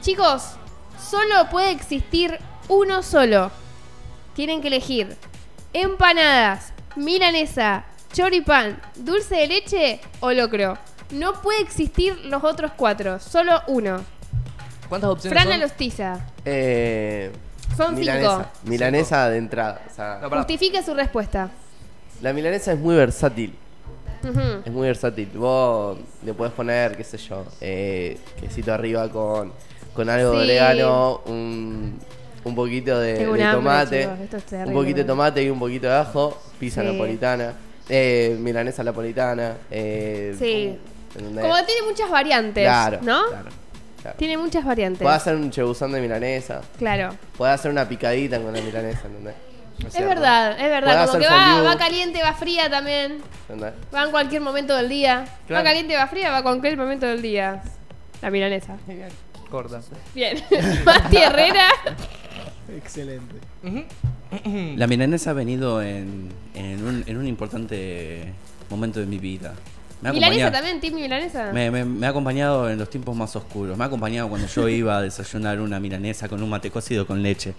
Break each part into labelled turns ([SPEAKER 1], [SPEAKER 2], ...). [SPEAKER 1] Chicos, solo puede existir uno solo. Tienen que elegir empanadas, milanesa, choripán, dulce de leche o locro. No puede existir los otros cuatro, solo uno.
[SPEAKER 2] ¿Cuántas opciones
[SPEAKER 1] Fran
[SPEAKER 2] son?
[SPEAKER 1] Alostiza.
[SPEAKER 3] Eh,
[SPEAKER 1] Son
[SPEAKER 3] milanesa.
[SPEAKER 1] cinco.
[SPEAKER 3] Milanesa de entrada. o sea,
[SPEAKER 2] No, pará.
[SPEAKER 1] Justifique su respuesta.
[SPEAKER 3] la milanesa es muy versátil.
[SPEAKER 1] Ujú.
[SPEAKER 3] Es muy versátil. Vos le podés poner, qué sé yo, eh, quesito arriba con, con algo de
[SPEAKER 1] Sí.
[SPEAKER 3] orégano, un, un poquito de,
[SPEAKER 1] Tengo
[SPEAKER 3] de
[SPEAKER 1] un hambre,
[SPEAKER 3] tomate,
[SPEAKER 1] chicos, esto es terrible.
[SPEAKER 3] un poquito de tomate y un poquito de ajo, pizza
[SPEAKER 1] Sí.
[SPEAKER 3] napolitana, eh, milanesa napolitana. Eh,
[SPEAKER 1] Sí.
[SPEAKER 3] ¿entendés?
[SPEAKER 1] Como tiene muchas variantes,
[SPEAKER 3] Claro,
[SPEAKER 1] ¿no?
[SPEAKER 3] claro, claro.
[SPEAKER 1] Tiene muchas variantes.
[SPEAKER 3] Podés hacer un chebuzán de milanesa,
[SPEAKER 1] Claro.
[SPEAKER 3] podés hacer una picadita con la milanesa, ¿entendés? O sea,
[SPEAKER 1] Es verdad, es verdad.
[SPEAKER 3] podés
[SPEAKER 1] Como que
[SPEAKER 3] hacer
[SPEAKER 1] va,
[SPEAKER 3] fondue.
[SPEAKER 1] va caliente, va fría también.
[SPEAKER 3] ¿entendés?
[SPEAKER 1] Va en cualquier momento del día. Va
[SPEAKER 3] Claro.
[SPEAKER 1] caliente, va fría, va con cualquier momento del día. La milanesa.
[SPEAKER 2] Corta.
[SPEAKER 1] Bien. Mati Herrera.
[SPEAKER 4] Excelente.
[SPEAKER 5] La milanesa ha venido en, en un, en un importante momento de mi vida. Me ha
[SPEAKER 1] Milanesa
[SPEAKER 5] acompañado-
[SPEAKER 1] también, Team Milanesa.
[SPEAKER 5] Me, me- me ha acompañado en los tiempos más oscuros. Me ha acompañado cuando yo iba a desayunar una milanesa con un mate cocido con leche.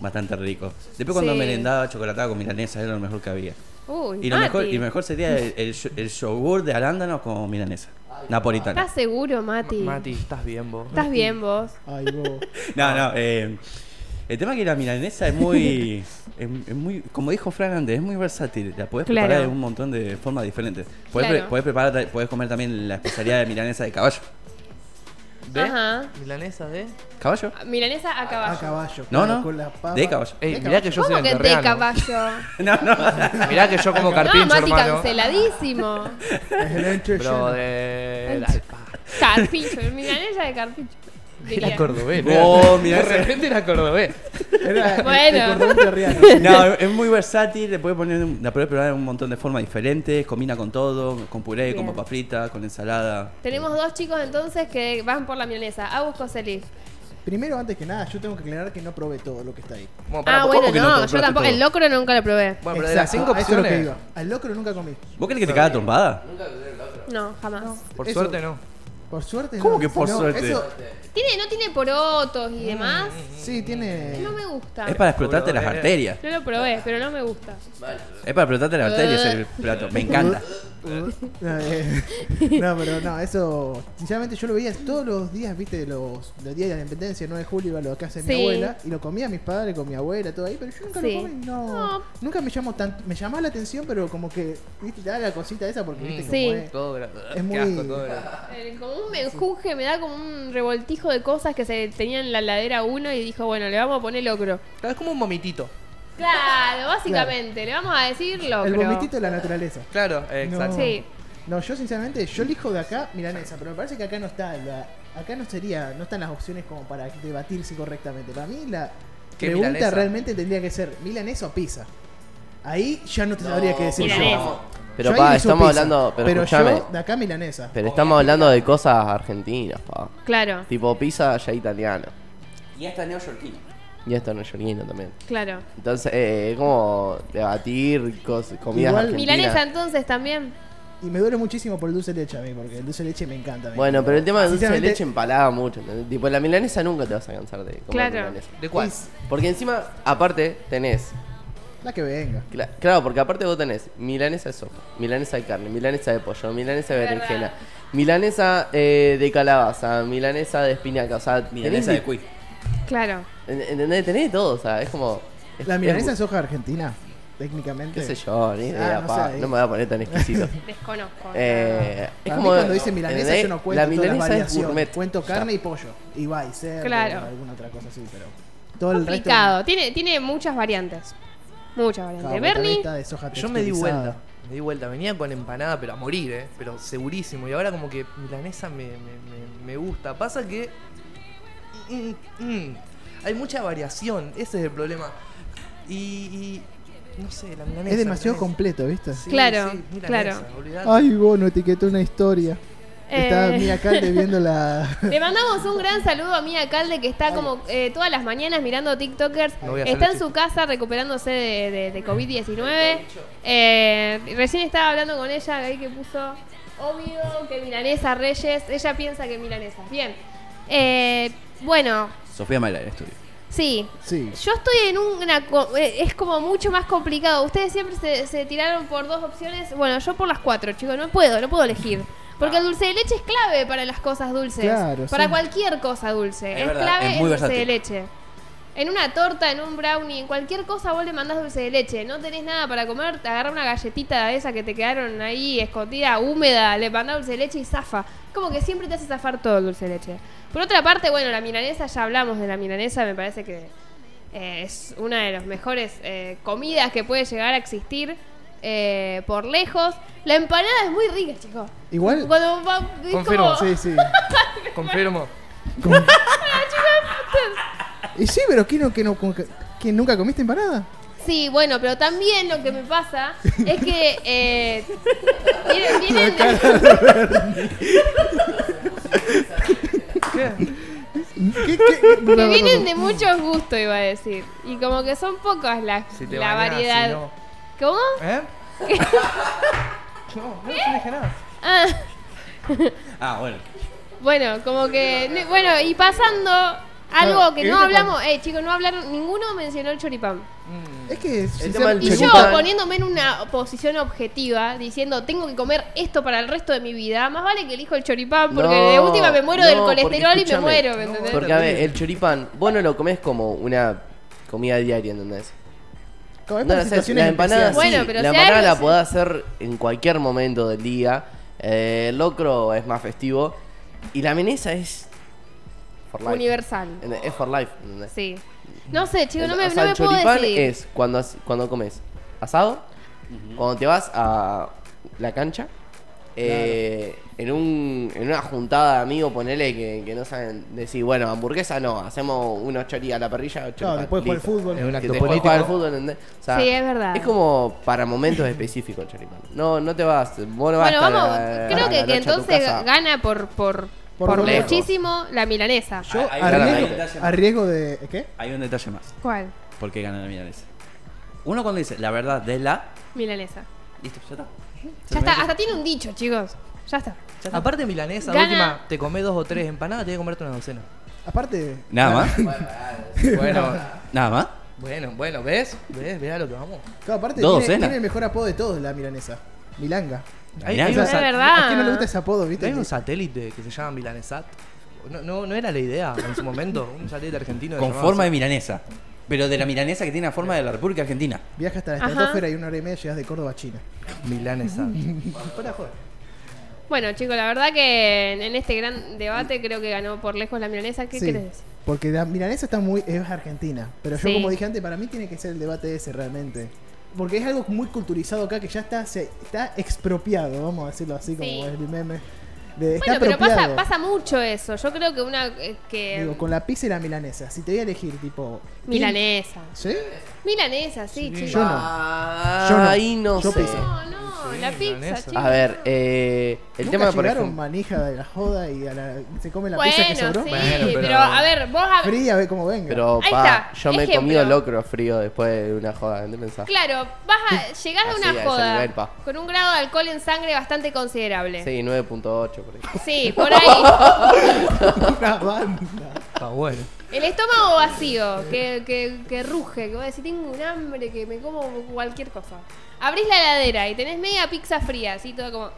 [SPEAKER 5] Bastante rico. Después cuando
[SPEAKER 1] Sí.
[SPEAKER 5] merendaba chocolatada con milanesa era lo mejor que había.
[SPEAKER 1] Uy,
[SPEAKER 5] Y lo mejor,
[SPEAKER 1] Mati.
[SPEAKER 5] y mejor sería el, el, yo- el yogur de arándanos con milanesa. Napolitana.
[SPEAKER 1] ¿Estás seguro, Mati?
[SPEAKER 2] Mati, estás bien vos.
[SPEAKER 1] ¿Estás bien vos?
[SPEAKER 4] Ay, vos.
[SPEAKER 5] No, no. eh, el tema es que la milanesa es muy, es, es muy, como dijo Fran antes, es muy versátil. La podés
[SPEAKER 1] Claro.
[SPEAKER 5] preparar de un montón de formas diferentes. Podés, pre-
[SPEAKER 1] Claro.
[SPEAKER 5] podés preparar, podés comer también la especialidad de milanesa de caballo.
[SPEAKER 2] ¿De?
[SPEAKER 1] Ajá.
[SPEAKER 2] Milanesa de.
[SPEAKER 5] ¿Caballo?
[SPEAKER 1] Milanesa a
[SPEAKER 4] A
[SPEAKER 1] caballo.
[SPEAKER 4] caballo.
[SPEAKER 5] No,
[SPEAKER 4] claro,
[SPEAKER 5] no.
[SPEAKER 4] Con las papas.
[SPEAKER 5] De caballo.
[SPEAKER 2] Ey, mirá que yo soy
[SPEAKER 1] ¿Cómo que de
[SPEAKER 2] enterreano.
[SPEAKER 1] caballo?
[SPEAKER 5] No, no.
[SPEAKER 2] Mirá que yo como
[SPEAKER 1] No,
[SPEAKER 2] carpincho,
[SPEAKER 1] Mati,
[SPEAKER 2] hermano.
[SPEAKER 1] canceladísimo.
[SPEAKER 4] Es el ancho
[SPEAKER 2] Pero
[SPEAKER 4] lleno.
[SPEAKER 2] de.
[SPEAKER 1] Carpincho, milanesa de carpincho.
[SPEAKER 2] Era
[SPEAKER 1] Diría.
[SPEAKER 2] cordobés.
[SPEAKER 5] Oh,
[SPEAKER 2] mirá.
[SPEAKER 5] mirá
[SPEAKER 2] De
[SPEAKER 5] ese.
[SPEAKER 2] repente era cordobés.
[SPEAKER 4] Era el-
[SPEAKER 1] Bueno.
[SPEAKER 4] el cordón terriano.
[SPEAKER 5] No, es muy versátil, le puedes poner, un- la podés preparar de un montón de formas diferentes, combina con todo, con puré, con
[SPEAKER 1] Bien.
[SPEAKER 5] papa frita, con ensalada.
[SPEAKER 1] Tenemos dos chicos entonces que van por la milanesa. Agus Coseli.
[SPEAKER 4] Primero, antes que nada, yo tengo que aclarar que no probé todo lo que está ahí.
[SPEAKER 2] Bueno, pará,
[SPEAKER 1] Ah,
[SPEAKER 2] ¿cómo
[SPEAKER 1] bueno,
[SPEAKER 2] que
[SPEAKER 1] no,
[SPEAKER 2] te
[SPEAKER 1] yo
[SPEAKER 2] compraste
[SPEAKER 1] tampoco.
[SPEAKER 2] todo?
[SPEAKER 1] El locro nunca lo probé.
[SPEAKER 2] Bueno, pero de las cinco
[SPEAKER 4] a eso es lo que
[SPEAKER 2] opciones.
[SPEAKER 4] iba. Al locro nunca comí.
[SPEAKER 5] ¿Vos querés que te caga trompada?
[SPEAKER 1] No, jamás.
[SPEAKER 2] Por
[SPEAKER 4] Eso.
[SPEAKER 2] suerte no.
[SPEAKER 4] Por suerte.
[SPEAKER 5] ¿Cómo
[SPEAKER 4] no,
[SPEAKER 5] que por
[SPEAKER 4] no,
[SPEAKER 5] suerte?
[SPEAKER 4] eso-
[SPEAKER 1] Tiene, no tiene porotos
[SPEAKER 4] Mm.
[SPEAKER 1] y demás.
[SPEAKER 4] sí, tiene.
[SPEAKER 1] No me gusta.
[SPEAKER 5] Es para explotarte las
[SPEAKER 2] Cordobés.
[SPEAKER 5] arterias.
[SPEAKER 1] No lo probé, pero no me gusta.
[SPEAKER 5] Es para explotarte las arterias el plato. Me encanta.
[SPEAKER 4] Eh, no, pero no, eso. Sinceramente, yo lo veía todos los días, viste, los, los días de la independencia, el 9 de julio, iba a lo que hace mi
[SPEAKER 1] Sí.
[SPEAKER 4] abuela. Y lo comía mis padres, con mi abuela, todo ahí. Pero yo nunca
[SPEAKER 1] Sí.
[SPEAKER 4] lo comí, no.
[SPEAKER 1] No.
[SPEAKER 4] Nunca me llamó tanto. Me llamaba la atención, pero como que, viste, te da la cosita esa porque, viste,
[SPEAKER 2] Mm.
[SPEAKER 4] como
[SPEAKER 1] Sí.
[SPEAKER 4] es-
[SPEAKER 2] Todo gra-
[SPEAKER 4] Es muy-
[SPEAKER 2] Qué asco, todo gra-
[SPEAKER 1] Eh, Como un menjuje, me da como un revoltijo de cosas que se tenían en la ladera uno y dijo, bueno, le vamos a poner locro.
[SPEAKER 2] Es como un vomitito.
[SPEAKER 1] Claro, básicamente, le vamos a decir locro.
[SPEAKER 4] El vomitito de la naturaleza.
[SPEAKER 2] Claro, exacto.
[SPEAKER 1] Sí.
[SPEAKER 4] No, yo sinceramente, yo elijo de acá milanesa, pero me parece que acá no está la- acá no sería, no están las opciones como para debatirse correctamente. Para mí la
[SPEAKER 2] ¿Qué
[SPEAKER 4] pregunta
[SPEAKER 2] milanesa?
[SPEAKER 4] realmente tendría que ser milanesa o pizza. Ahí ya no te sabría qué decir
[SPEAKER 1] milanesa.
[SPEAKER 4] yo.
[SPEAKER 3] Pero
[SPEAKER 4] Yo
[SPEAKER 3] pa,
[SPEAKER 4] ahí elijo
[SPEAKER 3] estamos
[SPEAKER 4] pizza,
[SPEAKER 3] hablando, pero,
[SPEAKER 4] pero
[SPEAKER 3] escuchame,
[SPEAKER 4] yo de acá milanesa.
[SPEAKER 3] pero estamos hablando de cosas argentinas, pa.
[SPEAKER 1] Claro,
[SPEAKER 3] Tipo pizza ya italiano.
[SPEAKER 5] Y hasta neoyorquino.
[SPEAKER 3] Y esto neoyorquino también.
[SPEAKER 1] claro.
[SPEAKER 3] Entonces, eh, es como debatir cos- comidas
[SPEAKER 4] Igual-
[SPEAKER 3] argentinas.
[SPEAKER 1] Milanesa entonces también.
[SPEAKER 4] Y me duele muchísimo por el dulce de leche a mí, porque el dulce de leche me encanta. a mí.
[SPEAKER 3] Bueno, pero el tema del dulce de
[SPEAKER 4] Sinceramente,
[SPEAKER 3] leche empalaba mucho. ¿entendés? Tipo, la milanesa nunca te vas a cansar de comer
[SPEAKER 1] Claro.
[SPEAKER 3] milanesa.
[SPEAKER 2] ¿De cuál?
[SPEAKER 4] es
[SPEAKER 3] Porque encima, aparte, tenés...
[SPEAKER 4] La que venga.
[SPEAKER 3] cla- Claro, porque aparte vos tenés milanesa de sopa, milanesa de carne, milanesa de pollo, milanesa de
[SPEAKER 1] Verdad.
[SPEAKER 3] berenjena, milanesa eh, de calabaza, milanesa de espinaca, o sea, tenés
[SPEAKER 5] Milanesa
[SPEAKER 3] di-
[SPEAKER 5] de cuy.
[SPEAKER 1] Claro.
[SPEAKER 3] En- ¿Entendés? Tenés de todo, o sea, es como. es-
[SPEAKER 4] La milanesa
[SPEAKER 3] es.
[SPEAKER 4] es hoja argentina, técnicamente.
[SPEAKER 3] ¿Qué sé yo? Ni
[SPEAKER 4] Ah,
[SPEAKER 3] idea,
[SPEAKER 4] no
[SPEAKER 3] pa,
[SPEAKER 4] sé.
[SPEAKER 3] no me voy a poner tan exquisito.
[SPEAKER 1] Desconozco.
[SPEAKER 3] Eh, es
[SPEAKER 4] Para
[SPEAKER 3] como.
[SPEAKER 4] mí cuando dice milanesa
[SPEAKER 3] ¿entendés?
[SPEAKER 4] yo no cuento
[SPEAKER 3] La
[SPEAKER 4] todas las
[SPEAKER 3] milanesa es
[SPEAKER 4] variaciones.
[SPEAKER 3] gourmet.
[SPEAKER 4] Cuento
[SPEAKER 3] O sea,
[SPEAKER 4] carne y pollo. Y va, cerdo,
[SPEAKER 1] Claro.
[SPEAKER 4] o alguna otra cosa así, pero... Todo el resto...
[SPEAKER 1] Complicado. Tiene, tiene muchas variantes. Muchas
[SPEAKER 4] Claro,
[SPEAKER 1] variantes.
[SPEAKER 4] porque también
[SPEAKER 1] Bernie.
[SPEAKER 4] está de soja
[SPEAKER 2] Yo me di
[SPEAKER 4] texturizada.
[SPEAKER 2] vuelta. Me di vuelta. Venía con empanada, pero a morir, ¿eh? Pero segurísimo. Y ahora como que milanesa me, me- me- me gusta. Pasa que... mm, mm, hay mucha variación. Ese es el problema. Y... y no sé, la milanesa...
[SPEAKER 4] Es demasiado
[SPEAKER 2] milanesa.
[SPEAKER 4] completo, ¿viste?
[SPEAKER 2] Sí,
[SPEAKER 1] Claro,
[SPEAKER 2] sí, milanesa,
[SPEAKER 1] claro.
[SPEAKER 2] olvidate.
[SPEAKER 4] Ay, bueno, etiquetó una historia.
[SPEAKER 1] Eh.
[SPEAKER 4] Estaba Mía Calde viendo la...
[SPEAKER 1] Le mandamos un gran saludo a Mía Calde que está como eh, todas las mañanas mirando TikTokers.
[SPEAKER 2] No voy a hacer
[SPEAKER 1] Está
[SPEAKER 2] el
[SPEAKER 1] en su
[SPEAKER 2] chiste.
[SPEAKER 1] casa recuperándose de, de- de COVID-19. Eh, recién estaba hablando con ella, ahí que puso, "Oh, obvio que milanesa Reyes. Ella piensa que milanesa. Bien. Eh, Bueno,
[SPEAKER 5] Sofía Mayra, el estudio.
[SPEAKER 1] sí.
[SPEAKER 4] Sí.
[SPEAKER 1] Yo estoy en una... co- eh, Es como mucho más complicado. Ustedes siempre se, se tiraron por dos opciones. Bueno, yo por las cuatro, chicos. No puedo, no puedo elegir. Porque el dulce de leche es clave para las cosas dulces.
[SPEAKER 4] Claro,
[SPEAKER 1] para
[SPEAKER 4] sí.
[SPEAKER 1] cualquier cosa dulce.
[SPEAKER 5] Es
[SPEAKER 1] Es,
[SPEAKER 5] verdad,
[SPEAKER 1] clave
[SPEAKER 5] es
[SPEAKER 1] el
[SPEAKER 5] muy
[SPEAKER 1] dulce de
[SPEAKER 5] versátil.
[SPEAKER 1] leche. En una torta, en un brownie, en cualquier cosa vos le mandás dulce de leche. No tenés nada para comer, te agarra una galletita de esa que te quedaron ahí escondida, húmeda, le mandás dulce de leche y zafa. Como que siempre te hace zafar todo el dulce de leche. Por otra parte, bueno, la milanesa, ya hablamos de la milanesa, me parece que eh, es una de las mejores eh, comidas que puede llegar a existir eh, por lejos. La empanada es muy rica, chicos.
[SPEAKER 4] Igual.
[SPEAKER 1] Cuando va- es
[SPEAKER 2] Confirmo,
[SPEAKER 1] como-
[SPEAKER 4] Sí, sí.
[SPEAKER 2] Confirmo.
[SPEAKER 4] Con-
[SPEAKER 1] Ah,
[SPEAKER 4] y sí, pero ¿quién, no- que no, con- que nunca comiste empanada?
[SPEAKER 1] Sí, bueno, pero también lo que me pasa es que eh, vienen, vienen de-
[SPEAKER 4] ¿Qué, qué-
[SPEAKER 1] que vienen de muchos gustos, iba a decir. Y como que son pocas las,
[SPEAKER 2] Si te
[SPEAKER 1] la
[SPEAKER 2] bañás, si
[SPEAKER 1] variedad.
[SPEAKER 2] no.
[SPEAKER 1] ¿Cómo?
[SPEAKER 2] ¿Eh? No, no te dije nada.
[SPEAKER 1] Ah,
[SPEAKER 5] Ah, bueno.
[SPEAKER 1] bueno, como que... ne- Bueno, y pasando algo
[SPEAKER 4] Claro,
[SPEAKER 1] que
[SPEAKER 4] ¿y
[SPEAKER 1] no
[SPEAKER 4] viste
[SPEAKER 1] hablamos... Eh, chicos, no hablaron... Ninguno mencionó el choripán.
[SPEAKER 4] Es que. si
[SPEAKER 3] tema
[SPEAKER 4] se-
[SPEAKER 3] del
[SPEAKER 1] Y
[SPEAKER 3] El
[SPEAKER 1] yo,
[SPEAKER 3] choripán.
[SPEAKER 1] poniéndome en una posición objetiva, diciendo, tengo que comer esto para el resto de mi vida, más vale que elijo el choripán, porque
[SPEAKER 3] No,
[SPEAKER 1] de última me muero
[SPEAKER 3] no,
[SPEAKER 1] del
[SPEAKER 3] porque
[SPEAKER 1] colesterol y me
[SPEAKER 3] escúchame,
[SPEAKER 1] muero, ¿me entendés?
[SPEAKER 3] Porque, a ver, el choripán, vos no lo comés como una comida diaria, ¿entendés?
[SPEAKER 4] comés
[SPEAKER 3] No,
[SPEAKER 4] para
[SPEAKER 3] la, haces-
[SPEAKER 4] situaciones
[SPEAKER 3] la empanada,
[SPEAKER 4] especiales.
[SPEAKER 3] sí,
[SPEAKER 1] Bueno, pero
[SPEAKER 3] la
[SPEAKER 1] si
[SPEAKER 3] empanada
[SPEAKER 1] algo
[SPEAKER 3] la
[SPEAKER 1] se-
[SPEAKER 3] podés hacer en cualquier momento del día. Eh, el locro es más festivo. Y la menesa es. For life.
[SPEAKER 1] Universal.
[SPEAKER 3] Ent- Es for life. ¿entendés?
[SPEAKER 1] Sí. No sé, chicos, no
[SPEAKER 3] O
[SPEAKER 1] me, no
[SPEAKER 3] sea,
[SPEAKER 1] me
[SPEAKER 3] el
[SPEAKER 1] puedo
[SPEAKER 3] choripán
[SPEAKER 1] decidir.
[SPEAKER 3] es cuando, has- cuando comes asado, cuando te vas a la cancha, eh, en, un, en una juntada de amigos, ponele que, que no saben decir, bueno, hamburguesa no, hacemos unos choris a la perrilla.
[SPEAKER 4] Claro,
[SPEAKER 3] choripán,
[SPEAKER 4] después jugar al
[SPEAKER 3] listo.
[SPEAKER 4] fútbol.
[SPEAKER 2] Es un
[SPEAKER 3] Que
[SPEAKER 2] acto
[SPEAKER 3] después
[SPEAKER 2] político.
[SPEAKER 3] juega al fútbol, ¿entendés? O sea,
[SPEAKER 1] Sí, es verdad.
[SPEAKER 3] Es como para momentos específicos, Choripán. No, no te vas. Vos no vas
[SPEAKER 1] Bueno,
[SPEAKER 3] a estar
[SPEAKER 1] vamos,
[SPEAKER 3] a- a
[SPEAKER 1] creo
[SPEAKER 3] la
[SPEAKER 1] que, que
[SPEAKER 3] noche a tu
[SPEAKER 1] entonces
[SPEAKER 3] casa.
[SPEAKER 1] gana por por,
[SPEAKER 4] Por
[SPEAKER 1] por
[SPEAKER 4] lejos.
[SPEAKER 1] muchísimo la milanesa.
[SPEAKER 4] Yo
[SPEAKER 5] Ahí- ahí
[SPEAKER 4] a
[SPEAKER 3] está la
[SPEAKER 4] riesgo-
[SPEAKER 5] detalle.
[SPEAKER 4] a riesgo de. ¿Qué?
[SPEAKER 5] Hay un detalle más.
[SPEAKER 1] ¿Cuál?
[SPEAKER 5] ¿Por qué gana la milanesa? Uno cuando dice la verdad de la.
[SPEAKER 1] Milanesa.
[SPEAKER 5] Listo, ya está.
[SPEAKER 1] Ya está, hasta tiene un dicho, chicos. Ya está.
[SPEAKER 2] Aparte milanesa,
[SPEAKER 1] Gana-
[SPEAKER 2] última, te comés dos o tres empanadas, tenés que comerte una docena.
[SPEAKER 4] Aparte.
[SPEAKER 5] Nada más.
[SPEAKER 2] Bueno,
[SPEAKER 5] Nada más.
[SPEAKER 2] bueno, bueno, ¿ves? ¿Ves? ¿Ves a lo que vamos?
[SPEAKER 4] Claro, aparte
[SPEAKER 5] Dos
[SPEAKER 4] tiene,
[SPEAKER 5] docenas.
[SPEAKER 4] tiene el mejor apodo de todos, la milanesa. Milanga.
[SPEAKER 5] La
[SPEAKER 2] Hay-
[SPEAKER 5] milanesa.
[SPEAKER 2] hay una
[SPEAKER 1] Es
[SPEAKER 2] sal-
[SPEAKER 1] verdad.
[SPEAKER 4] ¿A quién no le gusta ese apodo, viste?
[SPEAKER 2] Hay un satélite que se llama Milanesat. No, no, no era la idea en su momento, un satélite argentino. que
[SPEAKER 5] Con
[SPEAKER 2] llamaba
[SPEAKER 5] forma de
[SPEAKER 2] así.
[SPEAKER 5] milanesa. Pero de la milanesa que tiene la forma de la República Argentina.
[SPEAKER 4] Viaja hasta la
[SPEAKER 1] Ajá.
[SPEAKER 4] estratosfera y una hora y media llegas de Córdoba a China.
[SPEAKER 2] Milanesat.
[SPEAKER 1] Bueno, chicos, la verdad que en en este gran debate creo que ganó por lejos la milanesa. ¿Qué
[SPEAKER 4] Sí,
[SPEAKER 1] crees?
[SPEAKER 4] Porque la milanesa está muy. es argentina. Pero yo,
[SPEAKER 1] Sí.
[SPEAKER 4] como dije antes, para mí tiene que ser el debate ese realmente. Porque es algo muy culturizado acá que ya está, se, está expropiado, vamos a decirlo así, como
[SPEAKER 1] Sí.
[SPEAKER 4] el meme. de- está
[SPEAKER 1] Bueno, pero pasa,
[SPEAKER 4] apropiado.
[SPEAKER 1] pasa mucho eso. Yo creo que una eh, que
[SPEAKER 4] Digo, con la pizza y la milanesa. Si te voy a elegir, tipo.
[SPEAKER 1] milanesa.
[SPEAKER 4] ¿Sí?
[SPEAKER 1] Milanesa, sí, chicos.
[SPEAKER 4] Yo no.
[SPEAKER 3] Ah,
[SPEAKER 4] Yo no.
[SPEAKER 3] Ahí no
[SPEAKER 4] Yo
[SPEAKER 3] sé.
[SPEAKER 4] pizza.
[SPEAKER 1] No, no, la pizza,
[SPEAKER 2] milanesa.
[SPEAKER 1] chicos.
[SPEAKER 3] A ver, eh, el
[SPEAKER 4] Nunca
[SPEAKER 3] tema, por
[SPEAKER 4] llegaron
[SPEAKER 3] ejemplo.
[SPEAKER 4] manija de la joda y a la- se come la
[SPEAKER 1] bueno,
[SPEAKER 4] pizza que sobró.
[SPEAKER 1] sí,
[SPEAKER 2] Bueno,
[SPEAKER 1] pero...
[SPEAKER 2] pero-
[SPEAKER 1] a ver, vos hab-
[SPEAKER 4] Fría, ve cómo venga.
[SPEAKER 3] Pero,
[SPEAKER 1] Ahí
[SPEAKER 3] pa,
[SPEAKER 1] está,
[SPEAKER 3] yo me he
[SPEAKER 1] ejemplo.
[SPEAKER 3] comido locro frío después de una joda, ¿qué pensás?
[SPEAKER 1] Claro, vas a, llegás a
[SPEAKER 3] Así, a
[SPEAKER 1] una
[SPEAKER 3] ese
[SPEAKER 1] joda
[SPEAKER 3] nivel, pa.
[SPEAKER 1] con un grado de alcohol en sangre bastante considerable. Sí,
[SPEAKER 3] Sí, 9.8 por ahí.
[SPEAKER 1] por ahí.
[SPEAKER 4] Una banda.
[SPEAKER 2] Está Ah, bueno.
[SPEAKER 1] El estómago vacío, que, que, que ruge, que vos decís, tengo un hambre, que me como cualquier cosa. Abrís la heladera y tenés media pizza fría, así todo como...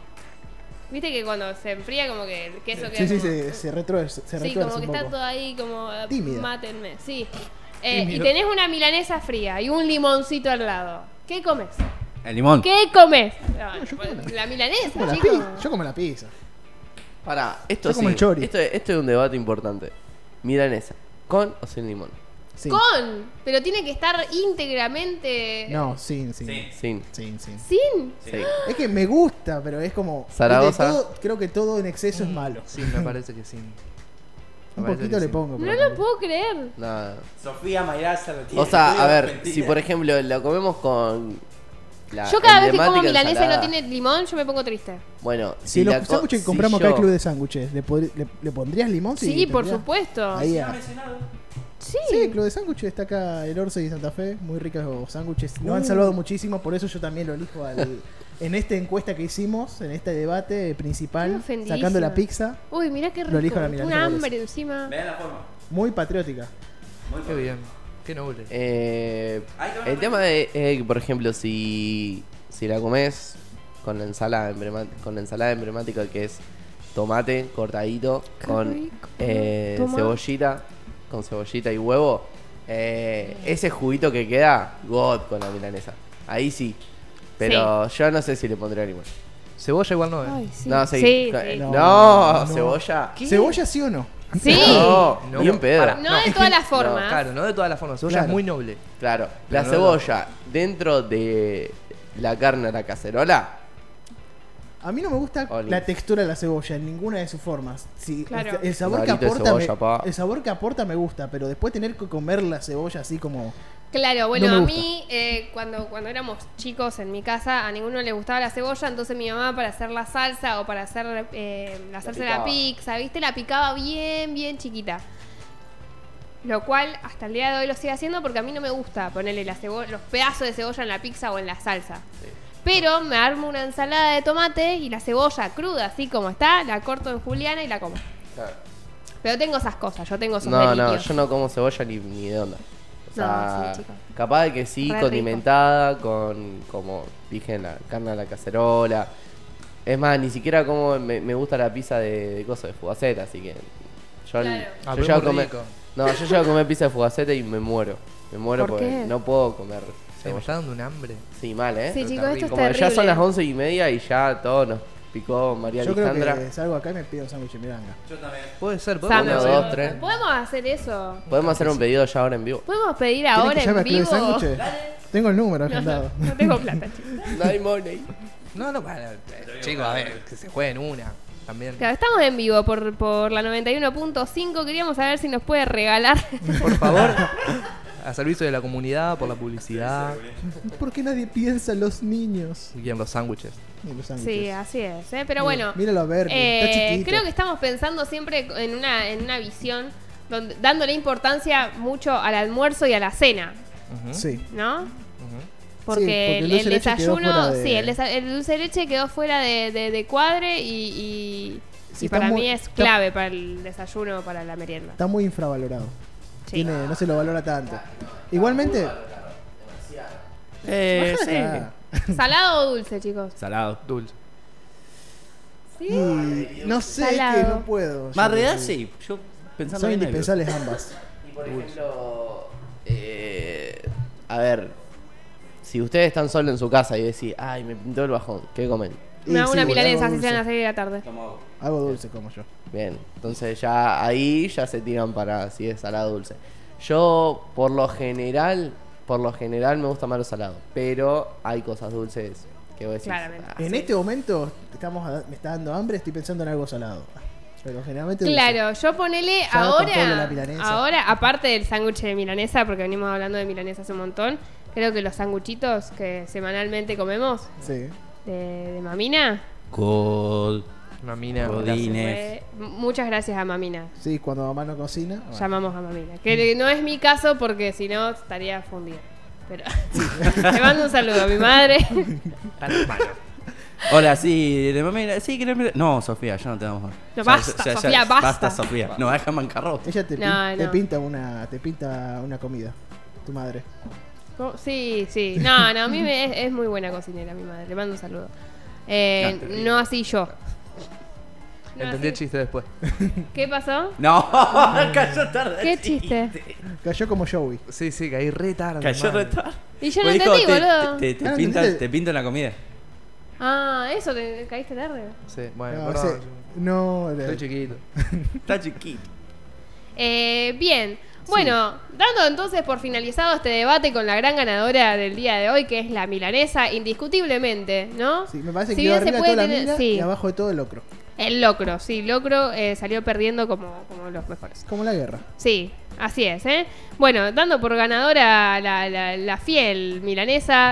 [SPEAKER 1] Viste que cuando se enfría como que el queso queda
[SPEAKER 4] Sí, sí,
[SPEAKER 1] como-
[SPEAKER 4] se, se retuerce, se
[SPEAKER 1] Sí,
[SPEAKER 4] retuerce
[SPEAKER 1] como que
[SPEAKER 4] un
[SPEAKER 1] está
[SPEAKER 4] poco.
[SPEAKER 1] todo ahí como... eh,
[SPEAKER 4] Tímida.
[SPEAKER 1] Mátenme, sí. Eh, y
[SPEAKER 2] Tímido.
[SPEAKER 1] tenés una milanesa fría y un limoncito al lado. ¿Qué comes?
[SPEAKER 5] El limón.
[SPEAKER 1] ¿Qué comes? No,
[SPEAKER 4] yo como la-
[SPEAKER 1] la
[SPEAKER 4] Como
[SPEAKER 1] milanesa,
[SPEAKER 4] la
[SPEAKER 1] chicos.
[SPEAKER 4] pizza. Ah, Yo como la pizza.
[SPEAKER 3] Pará, esto
[SPEAKER 4] Yo como
[SPEAKER 3] sí,
[SPEAKER 4] el chori.
[SPEAKER 3] Esto, esto es un debate importante. Milanesa, ¿con o sin limón?
[SPEAKER 4] Sí.
[SPEAKER 1] Con, pero tiene que estar íntegramente.
[SPEAKER 4] No, sin, sin.
[SPEAKER 5] Sí.
[SPEAKER 3] Sin.
[SPEAKER 4] Sin, sin.
[SPEAKER 1] Sin.
[SPEAKER 3] Sí.
[SPEAKER 4] Es que me gusta, pero es como.
[SPEAKER 3] Zaragoza.
[SPEAKER 4] de todo- creo que todo en exceso es
[SPEAKER 1] Mm.
[SPEAKER 4] malo.
[SPEAKER 2] Sí, me parece que sí.
[SPEAKER 4] Un
[SPEAKER 2] Me parece
[SPEAKER 4] poquito
[SPEAKER 2] que
[SPEAKER 4] le
[SPEAKER 2] sí.
[SPEAKER 4] pongo.
[SPEAKER 1] No
[SPEAKER 4] pero-
[SPEAKER 1] lo puedo creer.
[SPEAKER 3] Nada.
[SPEAKER 5] Sofía Mayrá se retira.
[SPEAKER 3] O sea, a ver, si por ejemplo lo comemos con. la
[SPEAKER 1] Yo cada vez que como
[SPEAKER 3] emblemática
[SPEAKER 1] milanesa y no
[SPEAKER 3] ensalada-
[SPEAKER 1] tiene limón, yo me pongo triste.
[SPEAKER 3] Bueno,
[SPEAKER 4] Si los
[SPEAKER 3] la co-
[SPEAKER 4] sándwiches que
[SPEAKER 3] si
[SPEAKER 4] compramos acá
[SPEAKER 3] yo-
[SPEAKER 4] al club de sándwiches, ¿le, podri- le, le pondrías limón?
[SPEAKER 1] Sí, por supuesto.
[SPEAKER 4] Ahí a-
[SPEAKER 1] Sí.
[SPEAKER 4] Sí, el club de sándwiches está acá el Orce y Santa Fe, muy ricos sándwiches. Lo
[SPEAKER 1] Uh.
[SPEAKER 4] han salvado muchísimo, por eso yo también lo elijo al- en esta encuesta que hicimos, en este debate
[SPEAKER 1] Estoy
[SPEAKER 4] principal,
[SPEAKER 1] ofendidísima.
[SPEAKER 4] sacando la pizza.
[SPEAKER 1] Uy, mirá qué
[SPEAKER 4] Lo
[SPEAKER 1] rico.
[SPEAKER 4] elijo la
[SPEAKER 1] Un
[SPEAKER 4] milanesa por
[SPEAKER 1] hambre encima.
[SPEAKER 5] Vean la forma.
[SPEAKER 4] Muy patriótica.
[SPEAKER 2] Qué bien. Qué noble.
[SPEAKER 3] Eh, el tema de- es que, por ejemplo, si, si la comes con la ensalada emblema- con la ensalada emblemática que es tomate cortadito
[SPEAKER 1] Qué
[SPEAKER 3] con
[SPEAKER 1] rico.
[SPEAKER 3] eh,
[SPEAKER 1] Toma.
[SPEAKER 3] cebollita, con cebollita y huevo, eh, ese juguito que queda, god con la milanesa. Ahí sí. Pero yo no sé si le pondría limón.
[SPEAKER 2] Cebolla igual no, eh.
[SPEAKER 1] Ay, sí.
[SPEAKER 3] No, sí.
[SPEAKER 1] Sí, sí.
[SPEAKER 3] No,
[SPEAKER 4] No, no.
[SPEAKER 3] cebolla.
[SPEAKER 4] ¿Cebolla sí o no?
[SPEAKER 1] Sí.
[SPEAKER 3] No,
[SPEAKER 2] No.
[SPEAKER 3] ni en pedra.
[SPEAKER 2] Pará.
[SPEAKER 1] No
[SPEAKER 2] No,
[SPEAKER 1] de
[SPEAKER 2] es
[SPEAKER 1] todas
[SPEAKER 2] que-
[SPEAKER 1] las formas.
[SPEAKER 2] No, claro, no de todas las formas. Cebolla
[SPEAKER 4] Claro.
[SPEAKER 2] es muy noble.
[SPEAKER 3] Claro, la
[SPEAKER 2] Pero no,
[SPEAKER 3] cebolla dentro de la carne a la cacerola.
[SPEAKER 4] A mí no me gusta
[SPEAKER 3] Oli.
[SPEAKER 4] la textura de la cebolla en ninguna de sus formas. Sí, el-
[SPEAKER 1] Claro.
[SPEAKER 4] el, sabor que
[SPEAKER 3] Ladito de
[SPEAKER 4] aporta
[SPEAKER 3] cebolla,
[SPEAKER 4] me,
[SPEAKER 3] pa.
[SPEAKER 4] el sabor que aporta me gusta, pero después tener que comer la cebolla así como
[SPEAKER 1] Claro, bueno,
[SPEAKER 4] No me
[SPEAKER 1] a
[SPEAKER 4] gusta.
[SPEAKER 1] mí eh, cuando, cuando éramos chicos en mi casa a ninguno le gustaba la cebolla, entonces mi mamá para hacer la salsa o para hacer eh, la salsa de la
[SPEAKER 3] picaba.
[SPEAKER 1] pizza, ¿viste? La picaba bien, bien chiquita. Lo cual hasta el día de hoy lo sigue haciendo porque a mí no me gusta ponerle la cebo- los pedazos de cebolla en la pizza o en la salsa. Pero me armo una ensalada de tomate y la cebolla cruda, así como está, la corto en juliana y la como. Pero tengo esas cosas, yo tengo esos
[SPEAKER 3] No, no,
[SPEAKER 1] delirios.
[SPEAKER 3] yo no como cebolla ni, ni de onda. O sea,
[SPEAKER 1] sí, chico.
[SPEAKER 3] capaz de que sí,
[SPEAKER 1] Re
[SPEAKER 3] condimentada, con, como dije, la carne a la cacerola. Es más, ni siquiera como me, me gusta la pizza de, de cosas de fugaceta, así que yo,
[SPEAKER 1] Claro.
[SPEAKER 3] yo
[SPEAKER 2] Ah, pero
[SPEAKER 3] llego a
[SPEAKER 2] es muy
[SPEAKER 3] comer,
[SPEAKER 2] rico.
[SPEAKER 3] no, yo llego a comer pizza de fugaceta y me muero. Me muero
[SPEAKER 1] ¿Por
[SPEAKER 3] porque
[SPEAKER 1] qué?
[SPEAKER 3] no puedo comer
[SPEAKER 2] Se me
[SPEAKER 3] cebolla.
[SPEAKER 2] está dando un hambre.
[SPEAKER 3] Sí, mal, ¿eh?
[SPEAKER 1] Sí,
[SPEAKER 2] Pero
[SPEAKER 1] chicos,
[SPEAKER 2] está
[SPEAKER 1] esto es
[SPEAKER 2] rico.
[SPEAKER 3] como
[SPEAKER 1] terrible.
[SPEAKER 3] ya son las once y media y ya todo nos picó María
[SPEAKER 4] Yo creo
[SPEAKER 3] Alejandra.
[SPEAKER 4] que salgo acá y me pido un sándwich de milanga.
[SPEAKER 2] Puede ser, podemos
[SPEAKER 1] Sandra,
[SPEAKER 3] Uno,
[SPEAKER 2] hacer-
[SPEAKER 3] dos, tres.
[SPEAKER 1] Podemos hacer eso.
[SPEAKER 3] Podemos hacer un pedido ya ahora en vivo.
[SPEAKER 1] Podemos pedir
[SPEAKER 4] ¿Quieren
[SPEAKER 1] ahora
[SPEAKER 4] que llame
[SPEAKER 1] en
[SPEAKER 4] a Club de
[SPEAKER 1] vivo.
[SPEAKER 4] Sándwiches? Tengo el número
[SPEAKER 1] No,
[SPEAKER 4] agendado.
[SPEAKER 1] no, no tengo plata, chicos.
[SPEAKER 3] No hay money.
[SPEAKER 2] No, no, para, eh, chicos, a ver, que se jueguen una también.
[SPEAKER 1] Claro, estamos en vivo por, por la 91.5. Queríamos saber si nos puede regalar.
[SPEAKER 2] Por favor, a servicio de la comunidad, por la publicidad
[SPEAKER 4] ¿Por qué nadie piensa en los niños?
[SPEAKER 2] y en los sándwiches.
[SPEAKER 4] Y los sándwiches.
[SPEAKER 1] sí, así es. ¿eh? Pero bueno,
[SPEAKER 4] Míralo a ver, está
[SPEAKER 1] eh,
[SPEAKER 4] chiquito.
[SPEAKER 1] creo que estamos pensando siempre en una, en una visión donde, dándole importancia mucho al almuerzo y a la cena,
[SPEAKER 2] Ujú,
[SPEAKER 4] Sí.
[SPEAKER 1] ¿no?
[SPEAKER 2] ujú.
[SPEAKER 1] Porque,
[SPEAKER 4] Sí, porque el
[SPEAKER 1] el, el
[SPEAKER 4] dulce de leche quedó
[SPEAKER 1] desayuno,
[SPEAKER 4] fuera de-
[SPEAKER 1] sí, el, desa- el dulce de leche quedó fuera de, de- de cuadre y, y- y
[SPEAKER 4] Sí, está
[SPEAKER 1] para
[SPEAKER 4] muy-
[SPEAKER 1] mí es
[SPEAKER 4] está-
[SPEAKER 1] clave para el desayuno, para la merienda.
[SPEAKER 4] Está muy infravalorado.
[SPEAKER 1] Sí.
[SPEAKER 4] Tiene, no se lo valora tanto. Igualmente.
[SPEAKER 3] Eh,
[SPEAKER 4] ah,
[SPEAKER 1] ¿Salado o dulce, chicos?
[SPEAKER 5] Salado.
[SPEAKER 2] Dulce.
[SPEAKER 1] Sí.
[SPEAKER 4] y Mm, no sé, es que
[SPEAKER 1] Salado.
[SPEAKER 4] no puedo.
[SPEAKER 5] Más
[SPEAKER 4] Yo-
[SPEAKER 5] realidad sí. Yo pensando
[SPEAKER 4] Son
[SPEAKER 5] bien, negro.
[SPEAKER 4] indispensables ambas.
[SPEAKER 3] Y por ejemplo, eh, a ver, si ustedes están solos en su casa y decís, ay, me pintó el bajón, ¿qué comen?
[SPEAKER 4] Y
[SPEAKER 1] Me hago
[SPEAKER 4] sí,
[SPEAKER 1] una
[SPEAKER 4] boludo,
[SPEAKER 1] milanesa,
[SPEAKER 4] algo
[SPEAKER 1] si sean las
[SPEAKER 4] dulce.
[SPEAKER 1] 6 de la tarde.
[SPEAKER 4] Algo dulce como yo.
[SPEAKER 3] Bien, entonces ya ahí ya se tiran para si es salado o dulce. Yo por lo general, por lo general me gusta más lo salado, pero hay cosas dulces que vos decís.
[SPEAKER 1] Claramente.
[SPEAKER 3] "Ah,
[SPEAKER 4] En este momento estamos a- me está dando hambre, estoy pensando en algo salado. Pero generalmente dulce.
[SPEAKER 1] Claro, yo ponele
[SPEAKER 4] con todo
[SPEAKER 1] ahora,
[SPEAKER 4] la milanesa.
[SPEAKER 1] ahora, aparte del sándwich de milanesa, porque venimos hablando de milanesa hace un montón, creo que los sanguchitos que semanalmente comemos
[SPEAKER 4] Sí.
[SPEAKER 1] de, de mamina,
[SPEAKER 5] Col.
[SPEAKER 2] Una mina.
[SPEAKER 5] Godín. Inés.
[SPEAKER 1] eh, m- muchas gracias a mamina.
[SPEAKER 4] Sí, cuando mamá no cocina. bueno.
[SPEAKER 1] Llamamos a mamina. Que no es mi caso porque si no estaría fundida. Pero le mando un saludo a mi madre.
[SPEAKER 5] Hola, sí, de mamera, sí, que la- No, Sofía, ya no te vamos a.
[SPEAKER 1] No, basta, Sofía, basta.
[SPEAKER 5] Basta, Sofía. No, deja mancarrota.
[SPEAKER 4] Ella te,
[SPEAKER 1] No,
[SPEAKER 4] pin- te
[SPEAKER 1] no.
[SPEAKER 4] pinta una te pinta una comida, tu madre.
[SPEAKER 1] Oh, Sí, sí. No, no, a mí me- es, es muy buena cocinera mi madre. Le mando un saludo. Eh,
[SPEAKER 5] No, terrible.
[SPEAKER 1] no así yo. No
[SPEAKER 2] Entendí el
[SPEAKER 1] así-
[SPEAKER 2] chiste después.
[SPEAKER 1] ¿Qué pasó?
[SPEAKER 5] No, cayó tarde.
[SPEAKER 1] ¿Qué
[SPEAKER 5] el
[SPEAKER 1] chiste?
[SPEAKER 4] Cayó como Joey.
[SPEAKER 2] Sí, sí, caí re tarde.
[SPEAKER 5] Cayó
[SPEAKER 2] man.
[SPEAKER 5] re tarde.
[SPEAKER 1] Y yo no
[SPEAKER 5] Pues dijo,
[SPEAKER 1] entendí,
[SPEAKER 5] te-
[SPEAKER 1] boludo.
[SPEAKER 5] Te, te,
[SPEAKER 4] Ah, ¿no
[SPEAKER 5] pintan,
[SPEAKER 4] entendiste?
[SPEAKER 5] te pintan la comida.
[SPEAKER 1] Ah, eso, te caíste tarde.
[SPEAKER 2] Sí, bueno,
[SPEAKER 4] No,
[SPEAKER 2] perdón.
[SPEAKER 4] ese- no, eh, la-
[SPEAKER 2] Estoy chiquito.
[SPEAKER 5] Está chiquito.
[SPEAKER 1] Eh, bien. Bueno, dando entonces por finalizado este debate con la gran ganadora del día de hoy, que es la milanesa, indiscutiblemente, ¿no?
[SPEAKER 4] sí, me parece
[SPEAKER 1] Si
[SPEAKER 4] que
[SPEAKER 1] bien
[SPEAKER 4] iba
[SPEAKER 1] se
[SPEAKER 4] arriba de
[SPEAKER 1] puede
[SPEAKER 4] toda la
[SPEAKER 1] tener-
[SPEAKER 4] mina
[SPEAKER 1] sí.
[SPEAKER 4] y abajo de todo el locro.
[SPEAKER 1] El locro, sí, locro eh, salió perdiendo como, como los mejores.
[SPEAKER 4] Como la guerra.
[SPEAKER 1] Sí, así es, ¿eh? Bueno, dando por ganadora la, la- la fiel milanesa,